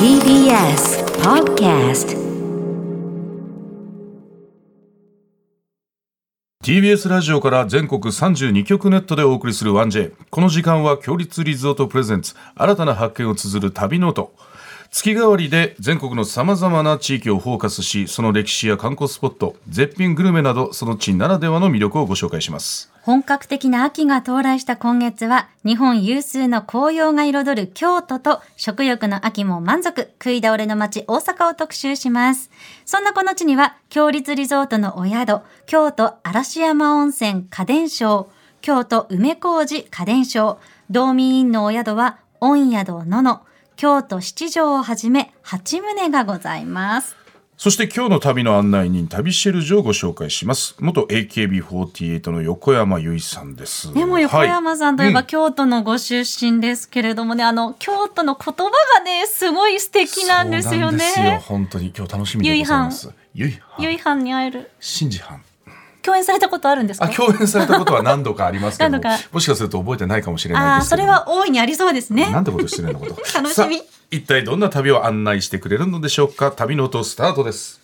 TBS Podcast TBS ラジオから全国32局ネットでお送りする 1J この時間は強立リゾートプレゼンツ新たな発見を綴る旅ノート月替わりで全国のさまざまな地域をフォーカスしその歴史や観光スポット絶品グルメなどその地ならではの魅力をご紹介します本格的な秋が到来した今月は、日本有数の紅葉が彩る京都と、食欲の秋も満足、食い倒れの街大阪を特集します。そんなこの地には、強立リゾートのお宿、京都嵐山温泉家電商、京都梅小路家電商、道民院のお宿は、御宿のの、京都七条をはじめ、八棟がございます。そして今日の旅の案内人旅シェルジュをご紹介します元 AKB48 の横山由依さんですでも横山さんといえばは京都のご出身ですけれどもね、あの京都の言葉がねすごい素敵なんですよそうなんですよね。本当に今日楽しみでございますゆいはんゆいはんに会える新次藩共演されたことあるんですかあ。共演されたことは何度かありますけども何度かもしかすると覚えてないかもしれないあでーすそけどれは大いにありそうですね。なんてことしてるのこと楽しみさあ一体どんな旅を案内してくれるのでしょうか旅の音スタートです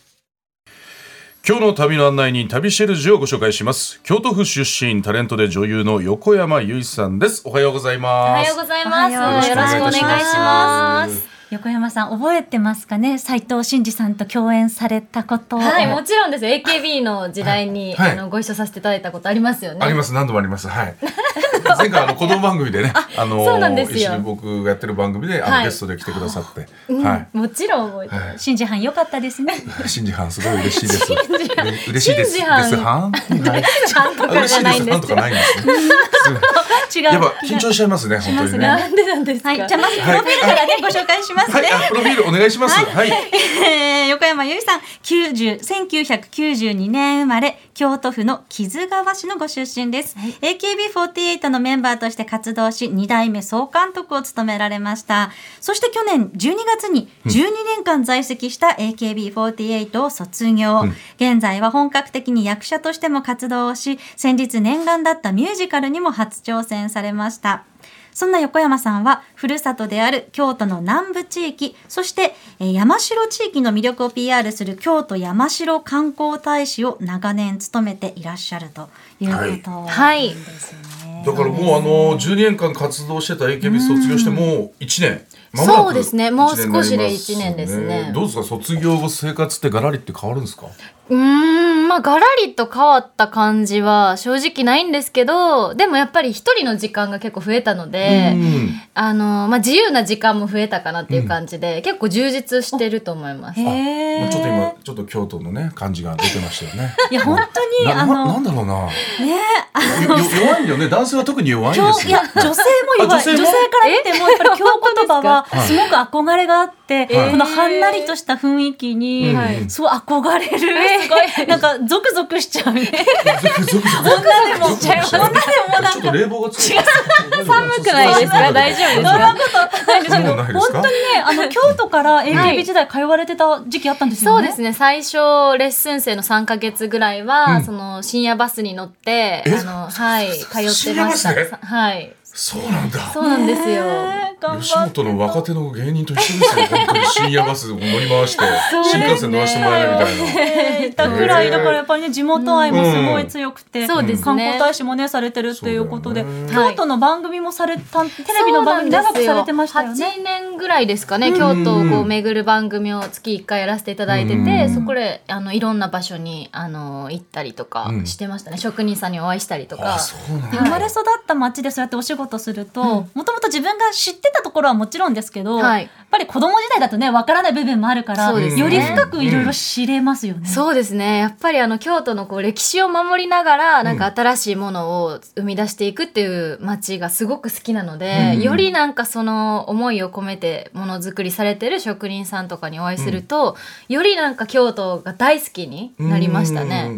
今日の旅の案内人旅シェルジュをご紹介します京都府出身タレントで女優の横山由依さんですおはようございますおはようございまおす。よはよろうござしくいますお願いしよろしまくお願いしす。横山さん覚えてますかね斉藤真二さんと共演されたこと。はい、もちろんです。AKB の時代に、はいはいあのご一緒させていただいたことありますよね。あります何度もありますはい 前回あの子供番組でねあのそうなんですよ一緒に僕がやってる番組であの、はいゲストで来てくださってうんはいもちろん覚えてます。はい真二はん良かったですね。新次藩すごい嬉しいです。う嬉しいです。で新す次藩はん。はい 半とあか嬉じしゃいでなす。ないんでんとすかけど。ないんですね。すごい違う。 やっぱ緊張しちゃいますね、本当にね。なんでなんですか。 はい、じゃあまずプロフィールからね、ご紹介しますね。はい、あプロフィールお願いします。はい。えー 横山由依さん90 1992年生まれ京都府の木津川市のご出身です、AKB48 のメンバーとして活動し2代目総監督を務められましたそして去年12月に12年間在籍した AKB48 を卒業、現在は本格的に役者としても活動をし先日念願だったミュージカルにも初挑戦されましたそんな横山さんは、ふるさとである京都の南部地域、そして、えー山城地域の魅力を PR する京都山城観光大使を長年務めていらっしゃるということなはんいですよね。だからもうあの12年間活動してた AKB 卒業してもう1年。間もなくそうですねもう少しで一年ですね一どうですか卒業後生活ってガラリって変わるんですか。うーん、まあガラリと変わった感じは正直ないんですけど、でもやっぱり一人の時間が結構増えたので、うんあのまあ自由な時間も増えたかなっていう感じで、結構充実してると思います。へまーあちょっと今ちょっと京都のね感じが出てましたよね。いや本当になあなのなんだろうな。よよ弱いよね男性は特に弱いん今で日すいよや。女性も弱いあ女女性性もから見てもやっぱり京言葉ははいすごく憧れがあって、はいこのはんなりとした雰囲気に、はいそう憧れる、すごいなんかゾクゾクしちゃうね。ゾクゾクゾク女でもしちゃいますゾクゾ女クしでもなんかちょっと冷房がついてる寒くないですか大丈夫ですそんなことないですけど、そんなことないです本か当にね、あの京都から AKB 時代通われてた時期あったんですそようね。ですね最初レッスン生の3か月ぐらいは、うんその深夜バスに乗ってえあの、はい、通っ深て夜まバしスでたはいそうなんだ。そうなんですよ、 ね頑吉張って本の若手の芸人と一緒ですよ、本当に深夜バスを乗り回して、新幹線乗らせてもらえるみたいな。いたぐらいだからやっぱりね地元愛もすごい強くて、んそうですね観光大使もねされてるということで、そうだよね京都の番組もされたテレビの番組長くされてましたよね。 8年ぐらいですかね京都をこう巡る番組を月1回やらせていただいてて、そこであのいろんな場所にあの行ったりとかうんしてましたね、職人さんにお会いしたりとかあ、そうなんでだ。生まれ育った町でそうやってお仕事するともともと自分が知ってたところはもちろんですけど、はいやっぱり子供時代だとねわからない部分もあるから、そうですねより深くいろいろ知れますよね。そうですねやっぱりあの京都のこう歴史を守りながらなんか新しいものを生み出していくっていう街がすごく好きなので、うんよりなんかその思いを込めてものづくりされてる職人さんとかにお会いすると、よりなんか京都が大好きになりましたね。う。うん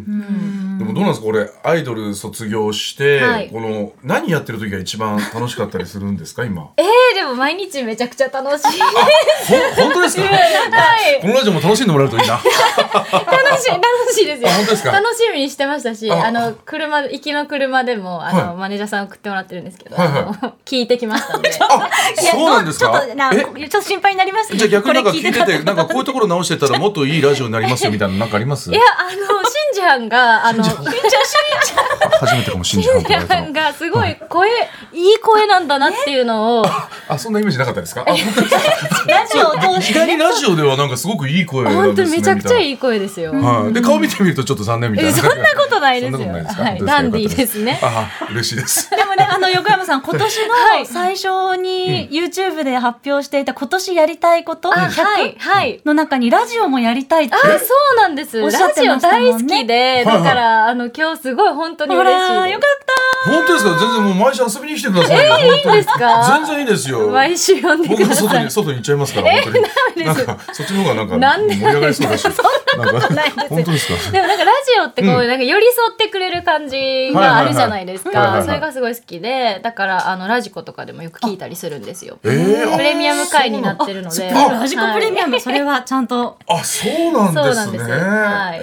んでもどうなんですか、これ、アイドル卒業して、はいこの、何やってる時が一番楽しかったりするんですか、今。 えー、でも毎日めちゃくちゃ楽しいです。ほ本当ですか。はいこのラジオも楽しんでもらえるといいな。楽しい楽しいですよあ本当ですか楽しみにしてましたしああの車で行きの車でもあの、はいマネージャーさん送ってもらってるんですけど、はいはいあの聞いてきましたんであ、そうなんですかちょっと。なえちょっと心配になりますじゃあ逆になんか聞いてこれて、なんかこういうところ直してたらもっといいラジオになりますよみたいなのなんかありますいやあのしんじはんがあのしんじ初めてかもしんじゃんと言われはたんの。がすごい声いい声なんだなっていうのをあ、そんなイメージなかったですかあ、本当ですかラジオを通意して外にラジオではなんかすごくいい声なん本当でにすね。めちゃくちゃい。いい声ですよ、はい。で、顔見てみるとちょっと残念みたいえな。そんなことないですそんなことよないですかはい、ダンディーですねあ、嬉しいです。でもね、あの横山さん、今年はのい最初に YouTube で発表していた今年やりたいことあは100いはいの中にラジオもやりたいって。あそうなんです、おっラしゃってジオましたもんね大好きでだから、あの今日すごい本当にほ嬉しいですら、よかった。本当ですか全然もう毎週遊びに来てくださいよ。え、いいんですか全然いいですよ。毎週呼んで僕くもだ外さいに。外に行っちゃいますから、本当に。なんダメですかそっちの方がなんかなんで盛り上がりそうだし。そんなことないですよ本当ですか。でもなんかラジオってこう、なんか寄り添ってくれる感じがあるじゃないですはいはいはいか。それがすごい好きで、だからあのラジコとかでもよく聞いたりするんですよ。えプーあレミアム会になってるので。あラジコプレミアム、それはちゃんと。あ、そうなんそうでなんすでね。すはいえ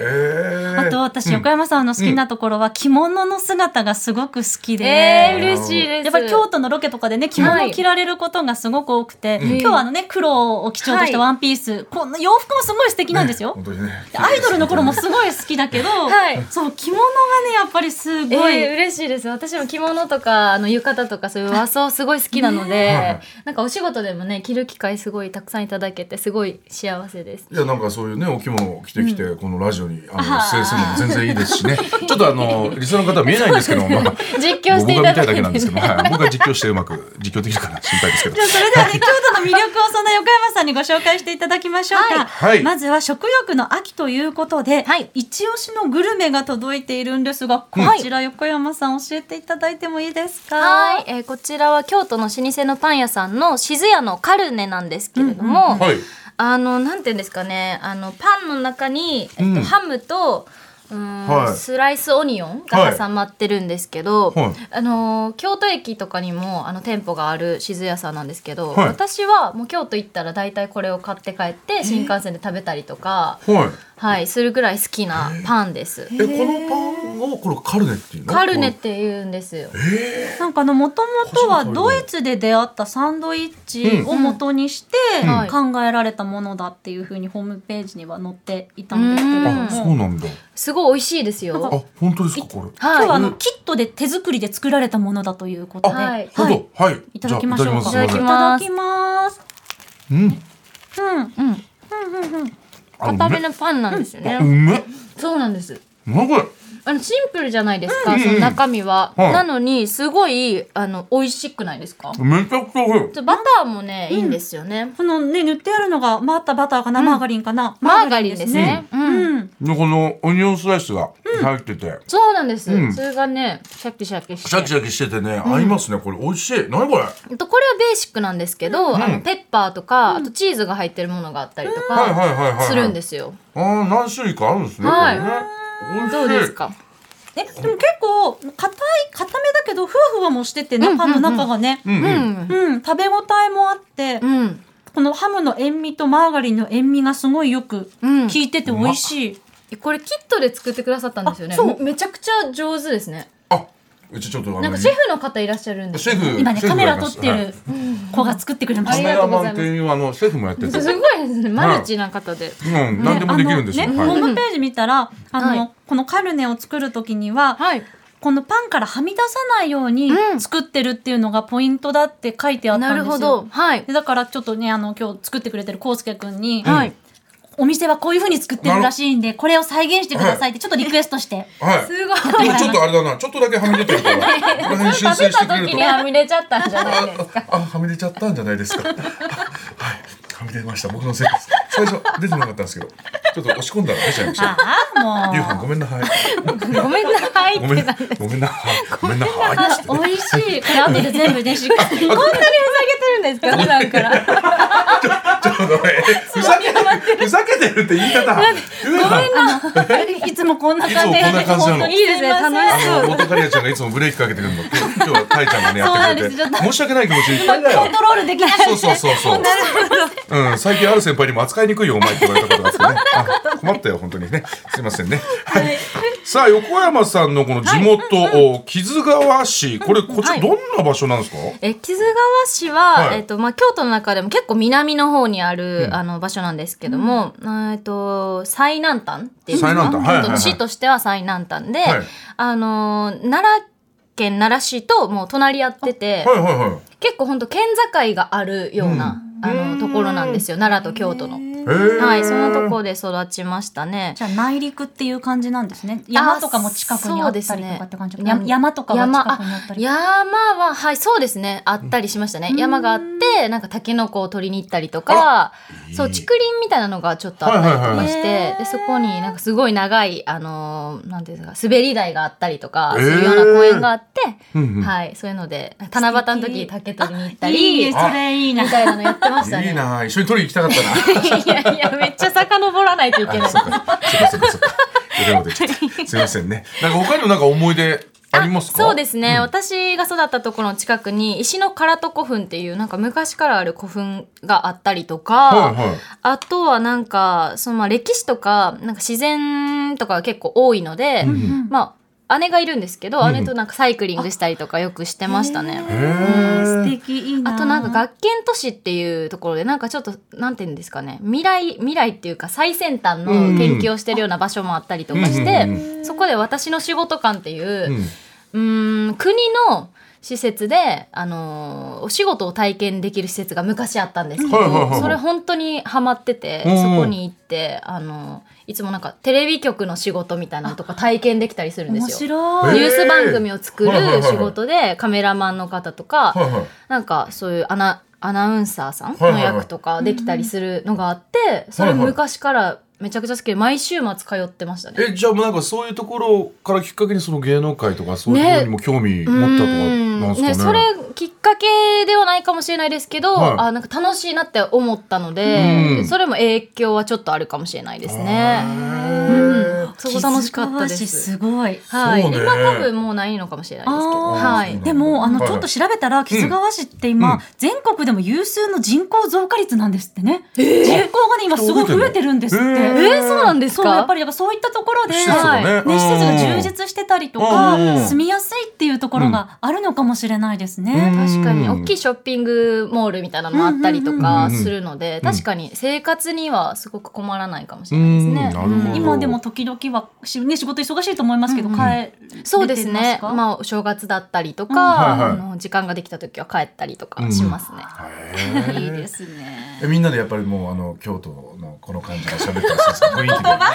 えあと私、横山さんの好きなところは着物の姿がすごく好きで。えー、嬉しいです。やっぱり京都のロケとかでね着物を着られることがすごく多くて、い今日はあのね黒を基調としたワンピース、この洋服もすごい素敵なんですよ、本当にね。アイドルの頃もすごい好きだけど、はいそう着物がねやっぱりすえごい、ー、嬉しいです私も着物とかあの浴衣とかそういう和装すごい好きなのでねなんかお仕事でもね着る機会すごいたくさんいただけてすごい幸 せです。いやなんかそういうねお着物を着てきて、このラジオにあの出演するのも全然いいですしね ちょっとあのリスナーの方は見えないんですけども、まあ、実況してい僕が見ただたいいだてけなんですけど、ねはい、僕が実況してうまく実況できるから心配ですけど じゃあそれではね、京都の魅力をそんな横山さんにご紹介していただきましょうか。はいまずは食欲の秋ということで、はい一押しのグルメが届いているんですが、こちら横山さん教えていただいてもいいですか。はい、えーこちらは京都の老舗のパン屋さんの静屋のカルネなんですけれども、はいあのなんていうんですかねあのパンの中に、えっとうんハムとうーんはいスライスオニオンが挟まってるんですけど、はいあの京都駅とかにもあの店舗がある静屋さんなんですけど、はい私はもう京都行ったら大体これを買って帰って新幹線で食べたりとか、はいはい、するぐらい好きなパンです。えこのパンをこれカルネっていうのカルネって言うんですよ。なんかあの元々はドイツで出会ったサンドイッチを元にしてうん考えられたものだっていうふうにホームページには載っていたんですけれどあそも、うなんだすごい美味しいですよ。あ本当ですかこれ今はい日はあのキットで手作りで作られたものだということで、はいはい本当はいいただきましょうか。じゃあいただきますすいまいただきます。せんうんうん。うん、あ固めうのパンなんですよめね。あうめそうなんです。なんかこあのシンプルじゃないですか、その中身は、はいなのにすごいあの美味しくないですか、れめちゃくちゃ美味しいバターもね、いいんですよねこのね塗ってあるのがまたバターかな、マーガリンかなマーガリンですねマーガリンですねうん、でこのオニオンスライスが入ってて、そうなんです、んそれがねシャキシャキしてシャキシャキしててね、合いますねこれ美味しい何これえっとこれはベーシックなんですけど、あのペッパーとか、あとチーズが入ってるものがあったりとはいはいはいはいかはいするんですよ、あー何種類かあるんですね。はいこれね、どうですかえでも結構硬い硬めだけどふわふわもしててね、うんパンの中がね、美味しい。うんううん。んうん食べ応えもあって、うんこのハムの塩味とマーガリンの塩味がすごいよくうん効いてて美味しい、これキットで作ってくださったんですよねあそうめめちゃくちゃ上手ですねあ、うちちょっとあのなんかシェフの方いらっしゃるんですシェフ今ねシェカフメがいラま撮っすてはいる子が作ってくれまカしメた。ラマンっていうあのシェフもやってて、すごいですねマルチな方で、うん何でもできるんですよ。ねあはのねい。ホームページ見たら、あの、はいこのカルネを作る時には、はいこのパンからはみ出さないようにうん作ってるっていうのがポイントだって書いてあったんですよ。はいでだからちょっとねあの今日作ってくれてる康介くんに、はいお店はこういう風に作ってるらしいんでこれを再現してくださいってちょっとリクエスト して、はい。すごいでもちょっとあれだな、ちょっとだけはみ出てる から、この辺修食べ正してくたれる時とに。はみ出ちゃったんじゃないですかああ、はみ出ちゃったんじゃないですか。あはい、はみ出ました。僕のせいです。最初出てなかったんですけど、ちょっと押し込んだら出ちゃいました。ああもうゆうはんごめんなはい。ごめんなさいごめっんてななごめんなはい。ごめんなはい。つってね美味しいこれ後で全部ねしっかりこんなにふざけてるんです か普段からちょっとごめんふざけてるふざけてるって言い方。ごめん いつもこんな感じいつもこんな感じなの本当にいいですねません楽しそうあの元カリアちゃんがいつもブレーキかけてくるの。今日今日はタイちゃんがねやってくそうなんでれてすちょっと申し訳ない気持ちいっぱいだコよント。ロールできないそうそうそうそう。うん、最近ある先輩にも扱いにくいよお前って言われたことがあって ねあ困ったよ本当にねすいませんね、はい、さあ横山さんのこの地元、お木津川市これこっはちいどんな場所なんですか、え木津川市は、はいえっとまあ、京都の中でも結構南の方にある、うんあの場所なんですけども、えっと最南端っていうんですか最南端はいはいはい京都の市としては最南端で、はいあのー奈良県奈良市ともう隣り合ってて、はいはいはい結構本当県境があるような、あのところなんですよ奈良と京都の。えーはい、そのとこで育ちましたね。じゃあ内陸っていう感じなんですね。山とかも近くにあったりとかって感じ。そうですねや山とかは近くにあったり。山ははいそうですねあったりしましたね、山があってなんかタケノコを取りに行ったりとかそう竹林みたいなのがちょっとあったりとかして、はいはいはいでそこになんかすごい長いあのーなんていうんですか滑り台があったりとか、えーそういうような公園があって、うんうんはいそういうので七夕の時に竹取りに行ったいいりねそれいいなみ。たいなのやってましたね。いいな一緒に取りに行きたかったな いやいやめっちゃ遡らないと いけない。そっかそっかそっかそっかいろいろできたすいませんねなんか他にもなんか思い出ありますかそうですね、私が育ったところの近くに石の唐戸古墳っていうなんか昔からある古墳があったりとか、はいはいあとはなんかそのまあ歴史とかなんか自然とかが結構多いので、まあ姉がいるんですけど、うん姉となんかサイクリングしたりとかよくしてましたね。へー素敵いいな。あとなんか学研都市っていうところでなんかちょっとなんて言うんですかね未来未来っていうか最先端の研究をしてるような場所もあったりとかして、うんうんそこで私の仕事館っていう、うんうーん国の施設で、あのーお仕事を体験できる施設が昔あったんですけど、はいはいはいはいそれ本当にハマってて、うんうんそこに行って、あのーいつもなんかテレビ局の仕事みたいなのとか体験できたりするんで面すよ。白へーい。ニュース番組を作るはいはいはいはい仕事でカメラマンの方とか、はいはいなんかそういうアナアナウンサーさはいんのはいはい役とかできたりするのがあって、それ昔からめちゃくちゃ好きで毎週末通ってましたね。えじゃあもうなんかそういうところからきっかけにその芸能界とかそういうところにも興味持ったとかなんですかね。それきっかけではないかもしれないですけど、はいあなんか楽しいなって思ったのうでんそれも影響はちょっとあるかもしれないですね。ね。そこ楽しかったです。木津川市すごい。はい、そうね今多分もうないのかもしれないですけど、あーはいそう。でもあのはいちょっと調べたら木津川市って今、うん全国でも有数の人口増加率なんですってね、人口がね今すごい増えてるんですって、ええーー、そうなんですそうやっかぱ。りやっぱそういったところで施設がね、ね、施設が充うん実してたりとか、うん住みやすいっていうところがあるのかもしれないですね。確かにうん大きいショッピングモールみたいなのもあったりとかうんうんうんするので、うん確かに生活にはすごく困らないかもしうれないですんねな。るほど。今でも時々はし、ね、仕事忙しいと思いますけど、うん帰れてますかそうですね。まあお正月だったりとか、うんはいはいあの時間ができた時は帰ったりとかしますね。へーいいですね。えみんなでやっぱりもうあの京都のこの感じが喋ってます 雰囲気で。でも何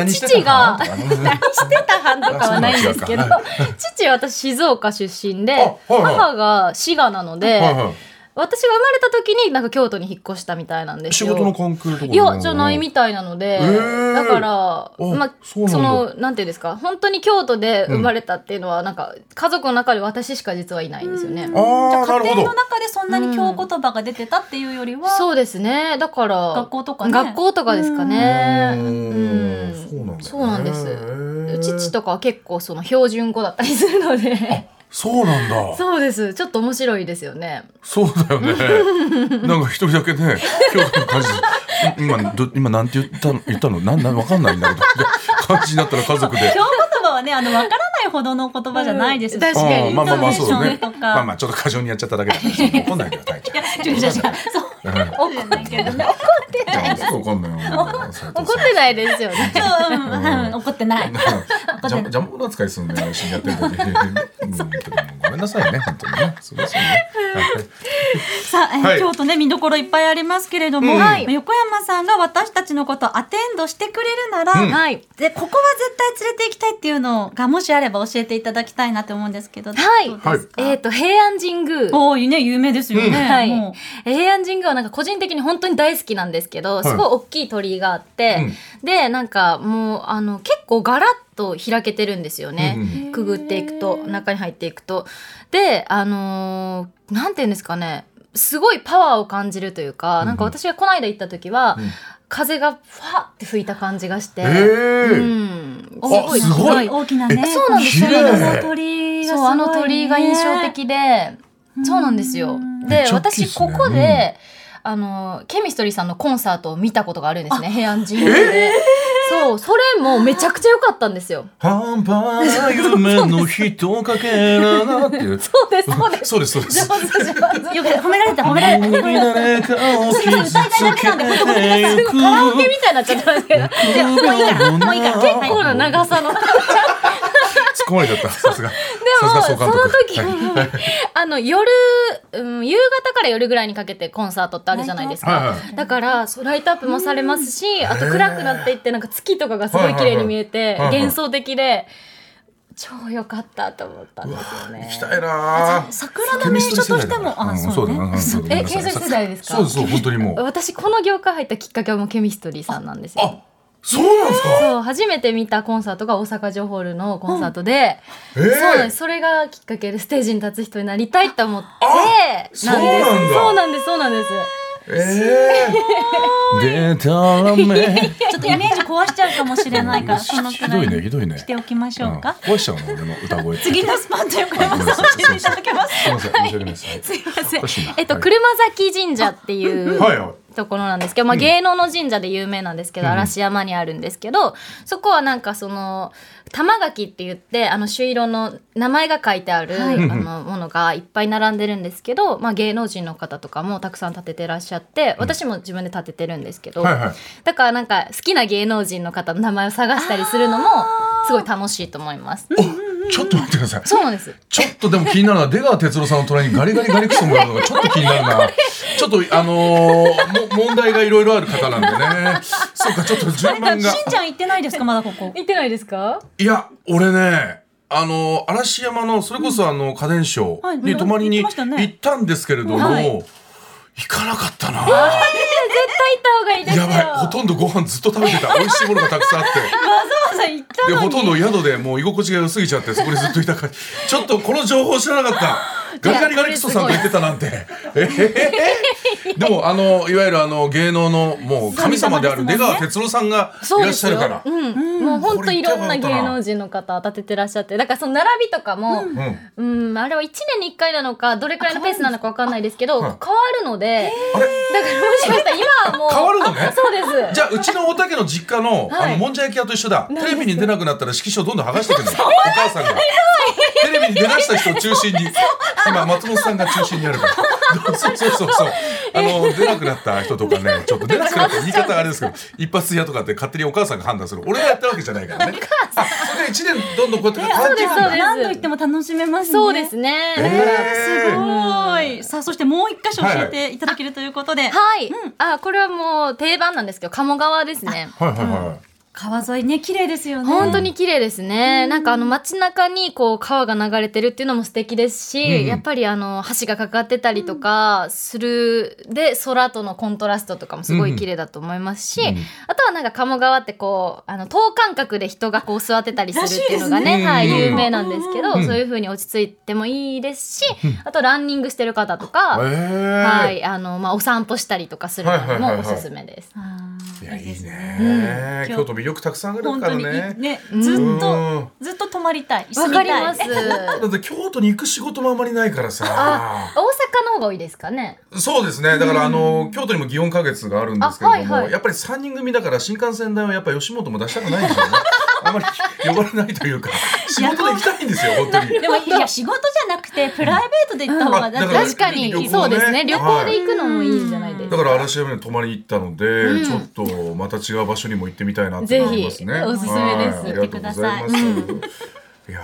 私してた父がか何なしてた班とかはないんですけどあそうな、父は私静岡出身で、あはいはい母が滋賀なので、はいは私が生まれた時になんか京都に引っ越したみたいなんでい。す仕よ。事の関係とかも。いやじゃないみたいなので、ーだからあまあそうそなんだのなんていうんですか本当に京都で生まれたっていうのは、なんか家族の中で私しか実はいないんですよね。ああな家るほ庭どの。中でそんなに京言葉が出てたっていうよりは、そうですねだから学校とかね学校とかですかね。うんうんそうなんだねそうなんですへー父とかは結構その標準語だったりするのでそうなんだ。 そうですちょっと面白いですよねそうだよね。 なんか一人だけね、今日の感じ でん今ど今なんて言ったの言ったのなんなんわかんないんだけど って感じになったら家族で。京言葉はねあのわからないほどの言葉じゃないですし、うん確かにうんまあまあまあそうだインね。トネーションとかまあまあちょっと過剰にやっちゃっただけだから怒んないでください。違う違う違うそう怒ってないけどね怒んないよ。怒ってないです よねうんうんうん怒ってないジャンジャンボール扱いするんだよ、一緒にやってる時。うんごめんなさいね、本当にね。すみませんね。さあ、えーはい京都ね見どころいっぱいありますけれども、うんはい横山さんが私たちのことをアテンドしてくれるなら、うんはいでここは絶対連れて行きたいっていうのがもしあれば教えていただきたいなと思うんですけど、はいどうですか、えっ、と平安神宮おおね有名ですよね、はいもう、平安神宮はなんか個人的に本当に大好きなんですけど、いすごい大きい鳥居があって、でなんかもうあの結構ガラッと開けてるんですよね、うんくぐっていくと中に入っていくとであのーなんて言うんですかねすごいパワーを感じるというか、なんか私がこの間行った時は、風がファーって吹いた感じがして、えーうん、あすごい大きなねそうなんです綺麗そうなあんのです鳥居がすごいねそうあの鳥居が印象的で、そうなんですよ。でめっちゃ大きいっ私すねここで、あのケミストリーさんのコンサートを見たことがあるんですね平安神宮で、そうそれもめちゃくちゃ良かったんですよ半端な夢の人かけらなっていう。そうですそうですそうです、そうです。上手 上手よく褒められた褒められた。誰かを傷つけていく。 カラオケみたいになっちゃったんですけどいや、もういいから、もういいから。結構な長さの突っ込まれちゃった、さすが。でさすが総もそ監の督時はいに、あの夜、うん、夕方から夜ぐらいにかけてコンサートってあるじゃないですはいはかいはだからそうライトアップもされますしあと暗くなっていってなんか月とかがすごい綺麗に見えてはいはいはい幻想的で超良かったと思ったんですよね行きたいなぁ。桜の名所としても、あ、そうね。そうえ検索世代ですかそうです、そう、本当に もう。私この業界入ったきっかけはもうケミストリーさんなんですよあ、そうなんですか。そう初めて見たコンサートが大阪城ホールのコンサートで、えそうなんでえすそれがきっかけでステージに立つ人になりたいと思ってなんですそうなんだそうなんですそうなんですええ。出たらめ。ちょっとイメージ壊しちゃうかもしれないから、そのくひらどいいね、にひどいねし。ておきましょうか。壊しちゃうの、俺の歌声。次のスパンと横山さん教えていただけます。すみません、申し訳ないです。すいませんおかしいなえっと、はい車崎神社っていう、はいはいところなんですけど、まあ、芸能の神社で有名なんですけど、うん嵐山にあるんですけどそこはなんかその玉垣って言ってあの朱色の名前が書いてある、はいあのものがいっぱい並んでるんですけど、まあ、芸能人の方とかもたくさん建ててらっしゃって私も自分で建ててるんですけど、はいはいだからなんか好きな芸能人の方の名前を探したりするのもすごい楽しいと思い ます。おちょっと待ってください。そうなんですちょっとでも気になるのは出川哲朗さんの隣にガリガリガリクソンがあるのがちょっと気になるな。ちょっとあのーも問題がいろいろある方なんでね。そうかちょっとな順番んかがし。んちゃん行ってないですかまだここ。見てないですかいや俺ね。あのー嵐山のそれこそあの家電商はいに泊まりに行ってましたね行ったんですけれども、はい行かなかったな、絶対行った方がいいですよやばいほとんどご飯ずっと食べてた美味しいものがたくさんあってそうそう行ったでのに。ほとんど宿でもう居心地が良すぎちゃってそこにずっとい たからちょっとこの情報知らなかったガリガリガリクソさんと言ってたなんて、えへへ へでもあのいわゆるあの芸能のもう神様である出川哲朗さんがいそうらっでしすゃよるから、うん、もう本当いろんな芸能人の方立ててらっしゃってだからその並びとかも、うんうん、あれは1年に1回なのかどれくらいのペースなのか分かんないですけど変はわいるのであれだからもしかしたら今はもう変わるのねあそうですじゃあうちのおたけの実家の,、はあいのもんじゃ焼き屋と一緒だテレビに出なくなったら色紙をどんどん剥がしてくるのお母さんがテレビに出だした人を中心に今松本さんが中心にあるからそうそうそうそうあの出なくなった人とかねちょっと出なくなった言い方あれですけど一発屋とかって勝手にお母さんが判断する俺がやったわけじゃないからねあそれで一年どんどんこうやって変わっていくんそうですだ何度行っても楽しめますね。そうですね、えすーごい。さあそしてもう一箇所教えていただけるということで、はい、あこれはもう定番なんですけど鴨川ですねはいはいはい川沿いね綺麗ですよね。本当に綺麗ですね、なんかあの街中にこう川が流れてるっていうのも素敵ですし、うんやっぱりあの橋がかかってたりとかする、で空とのコントラストとかもすごい綺麗だと思いますし、うんあとはなんか鴨川ってこうあの等間隔で人がこう座ってたりするっていうのがねらしいですねはい、うん有名なんですけど、うんそういう風に落ち着いてもいいですし、あとランニングしてる方とか、えーはいあのまあ、お散歩したりとかするのはいはいもはおいはいすすめです。あー。いやいいね、うん京都魅力たくさんある本か当らにいいねねずっとうんずっと泊まりたい。わ、住みかたりいます。 だって京都に行く仕事もあまりないからさあ大阪の方が多いですかね。そうですねだからあの京都にも祇園花月があるんですけれども、あはいはいやっぱり3人組だから新幹線代はやっぱ吉本も出したくないんです よねあんまり呼ばれないというか仕事で行きたいんですよ本当 にでもいや仕事じゃなくてプライベートで行った方うがんだってあだ確かに、旅行ねそうですね旅行で行くのもいいんじゃないですだか、から嵐山に泊まりに行ったので、んちょっとまた違う場所にも行ってみたいなと思いますねぜひおすすめですは行いありってがとくうごだざさいいますいや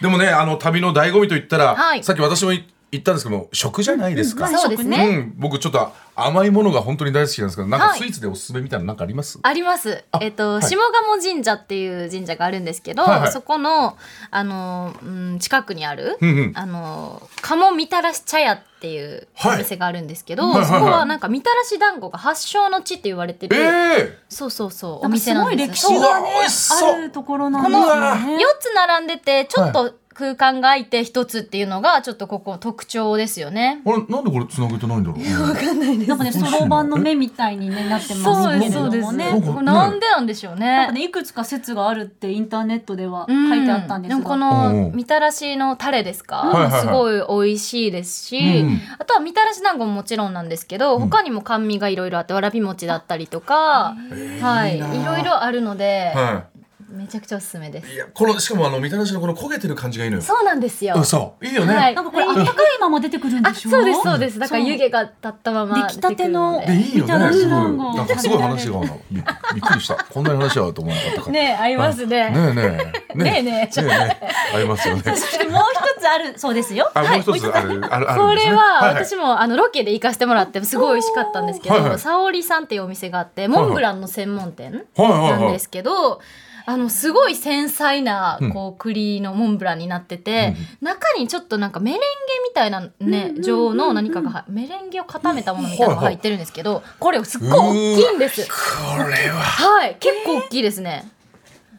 ーでもねあの旅の醍醐味といったら、はいさっき私も言ったんですけども食じゃないですか、うんそうですね、うん、僕ちょっと甘いものが本当に大好きなんですけど、なんかはいスイーツでおすすめみたいなのなんかあります？ありますあ。えっと、はい下鴨神社っていう神社があるんですけど、はいはいそこの、あの、うん、近くにある、うんうんあの、鴨みたらし茶屋っていうはいお店があるんですけど、はいはいはいそこはなんかみたらし団子が発祥の地って言われてる、ええそうそうそう、なおんか店すなごんいで歴す。史そううがわね美味しそうあるところなんですよね。 4つ並んでて、ちょっと空間が空いて一つっていうのがちょっとここ特徴ですよね。あれなんでこれ繋げてないんだろう、なんかね、そろばんの目みたいに、ね、なってまそすうでけれすそうでどもす。ね。そうですこれなんでなんでしょうなんねか。ね、いくつか説があるってインターネットでは書いてあったんですうもこが、のうんみたらしのタレですか、はいはいすごい美味しいですし、うんあとはみたらし団子ももちろんなんですけど、ん他にも甘味がいろいろあってわらび餅だったりとか、はいいなろあいろあるので、はめちゃくちゃおすすめでい。すいやこのしかもあのみたらしのこの焦げてる感じがいいのよ。そうなんですよ、そういいよね。はいなんかこれあったかいまま出てくるんあでしょそうですそうですだからそう湯気が立ったまま出来たての出でてくいるいよみたらね。しすごい団子なんかすごい話があるのびっびっくりした。こんなに話はと思わなかったかのら。で ね合いますね、ねえねえ。ねえねええねえ。ありますよ ね。そしてもう一つあるそうですよ。あもう一つあるあるあるんこですね。れははい私もあのロケで行かせてもらってすごい美味しかったんですけはいはどい沙織さんっていうお店があってモンブランの専門店はいはいはないんですけどあのすごい繊細なうんこう栗のモンブランになってて中にちょっとなんかメレンゲみたいなね状の何かが入メレンゲを固めたものみたいなのが入ってるんですけどこれすっごい大きいんですこれははい結構大きいですね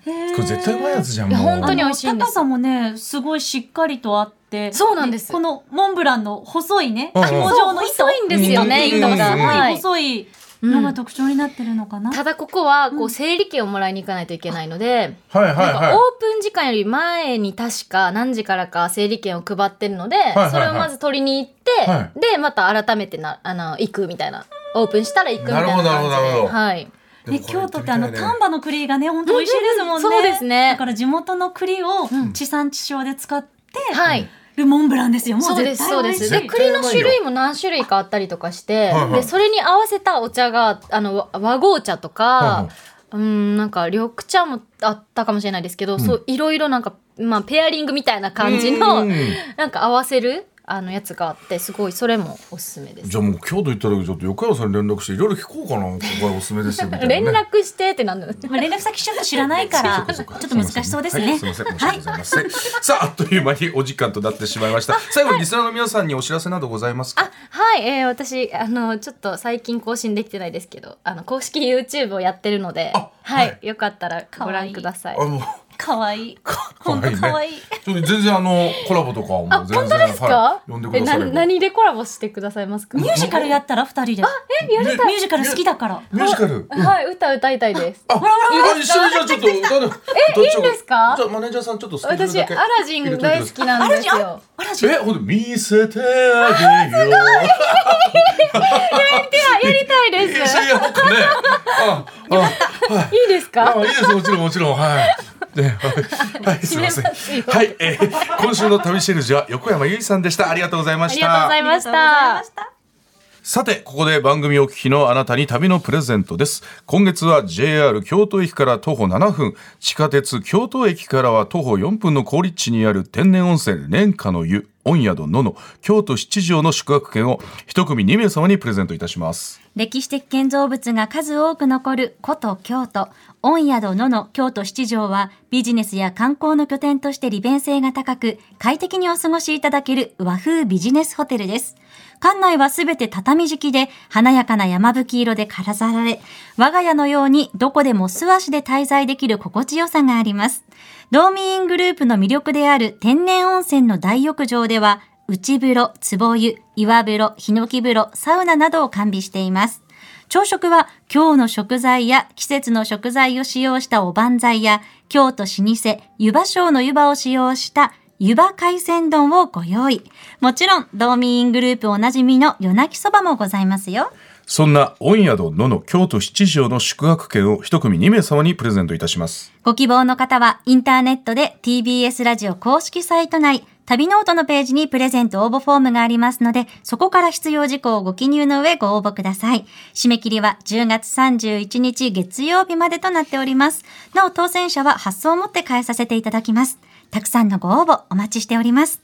これ絶対うまいやつじゃんいもやう。本当に美味しいんであのす高さもね、すごいしっかりとあって。そうなんですこのモンブランの細いね、うんうん紐状の糸。細いんですよね糸がはい細いのが特徴になってるのかな。ただここはこう整理券をもらいに行かないといけないので、はいはいなんはいか。オープン時間より前に確か何時からか整理券を配ってるので、はいはいそれをまず取りに行って、はでまた改めてなあの行くみたいなオープンしたら行くみたいな感じでなるほどなるほどはい、でもね、これ京都ってあの行みたいね丹波の栗がね本当美味しいですもんね、うんうんうんそうですねだから地元の栗を地産地消で使ってはい、るモンブランですよもそううで絶すそ対う美味しですいで絶対栗うまいよの種類も何種類かあったりとかして、はいはいでそれに合わせたお茶があの和和合茶とか、はいはうんなんか緑茶もあったかもしれないですけど、そういろいろなんか、まあ、ペアリングみたいな感じのうん なんか合わせるあのやつがあってすごいそれもおすすめですじゃあもう京都行ったらちょっと横山さんに連絡していろいろ聞こうかなここはおすすめですよみたいな、ね、連絡してってなんだろうまあ連絡先ちょっと知らないからち そょっうかそうとか難しそうですはねいすみません申し訳ございません、さああっという間にお時間となってしまいました最後にリスナーの皆さんにお知らせなどございますかはい、えー、私あのちょっと最近更新できてないですけどあの公式 YouTube をやってるのであはい、はよかったらご覧くださいあもう可愛い可愛本いね当可愛いちょっと全然あのコラボとかもあ全然本当ですはか、い、呼んでくださえいな何でコラボしてくださいますかミュージカルやったら二人でえやりたいミュージカル好きだからミュージカルはい歌歌いたいですあ、ほらほら一緒にじゃあちょっと歌でえいいんですかじゃあマネージャーさんちょっとスケジュール私だアけラジン大好きなんあらでじすゃあよあらじゃえ、ほんと見せてあげようではやりたいいでやすそれやろうかねあ、あいいですかあ、いいです、もちろん、もちろん、はい。ね、はい、はい、すみません。はい、えー今週の旅シェルジュは横山由依さんでした。ありがとうございまあしりがとうござた。いましたあさて、ここで番組をお聞きのあなたに旅のプレゼントです。今月は JR 京都駅から徒歩7分、地下鉄京都駅からは徒歩4分の高立地にある天然温泉蓮華の湯、温宿のの、京都七条の宿泊券を一組2名様にプレゼントいたします。歴史的建造物が数多く残る古都京都御宿野の京都七条はビジネスや観光の拠点として利便性が高く快適にお過ごしいただける和風ビジネスホテルです館内はすべて畳敷きで華やかな山吹色で飾られ我が家のようにどこでも素足で滞在できる心地よさがあります道民イングループの魅力である天然温泉の大浴場では内風呂、壺湯、岩風呂、ヒノキ風呂、サウナなどを完備しています。朝食は今日の食材や季節の食材を使用したおばんざいや京都老舗湯葉省の湯葉を使用した湯葉海鮮丼をご用意。もちろん、道民イングループおなじみの夜泣きそばもございますよ。そんな御宿のの京都七条の宿泊券を一組2名様にプレゼントいたします。ご希望の方はインターネットで TBS ラジオ公式サイト内、旅ノートのページにプレゼント応募フォームがありますので、そこから必要事項をご記入の上ご応募ください。締め切りは10月31日月曜日までとなっております。なお当選者は発送をもって返させていただきます。たくさんのご応募お待ちしております。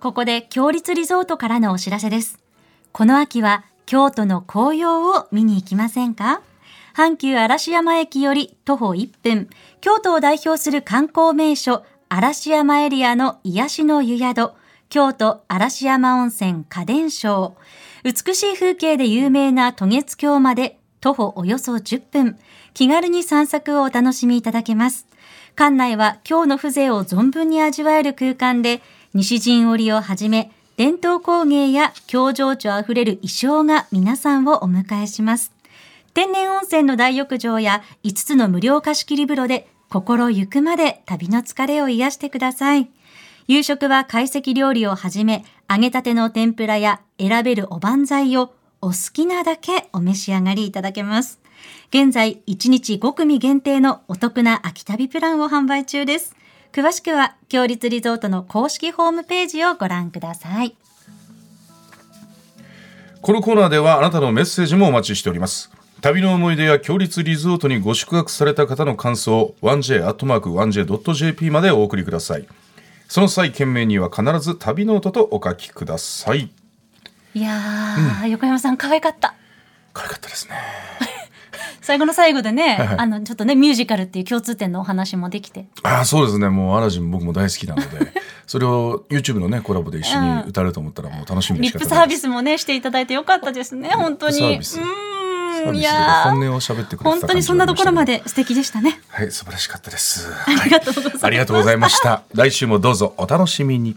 ここで強立リゾートからのお知らせです。この秋は京都の紅葉を見に行きませんか阪急嵐山駅より徒歩1分、京都を代表する観光名所、嵐山エリアの癒しの湯宿、京都嵐山温泉家電商。美しい風景で有名な渡月橋まで徒歩およそ10分、気軽に散策をお楽しみいただけます。館内は今日の風情を存分に味わえる空間で、西陣織をはじめ、伝統工芸や表情情あふれる衣装が皆さんをお迎えします。天然温泉の大浴場や5つの無料貸し切り風呂で心ゆくまで旅の疲れを癒してください。夕食は懐石料理をはじめ、揚げたての天ぷらや選べるおばんざいをお好きなだけお召し上がりいただけます。現在、1日5組限定のお得な秋旅プランを販売中です。詳しくは、強立リゾートの公式ホームページをご覧ください。このコーナーではあなたのメッセージもお待ちしております旅の思い出や強立リゾートにご宿泊された方の感想 1j.1j.jp までお送りくださいその際件名には必ず旅ノートとお書きくださいいやー、横山さん可愛かった。軽かったですね最後の最後でね、はいあの、ちょっとね、ミュージカルっていう共通点のお話もできて。ああそうですねもうアラジン僕も大好きなの でそれを YouTube のねコラボで一緒に歌えると思ったらもう楽しみでリしかッなプいサービスもね、していただいてよかったですね、本当に。リうップサービサーーん、ビいスでやー本音を喋ってくれてた感本じ当にそんなところまで素敵でしたね。はい素晴らしかったですありがとうございました来週もどうぞお楽しみに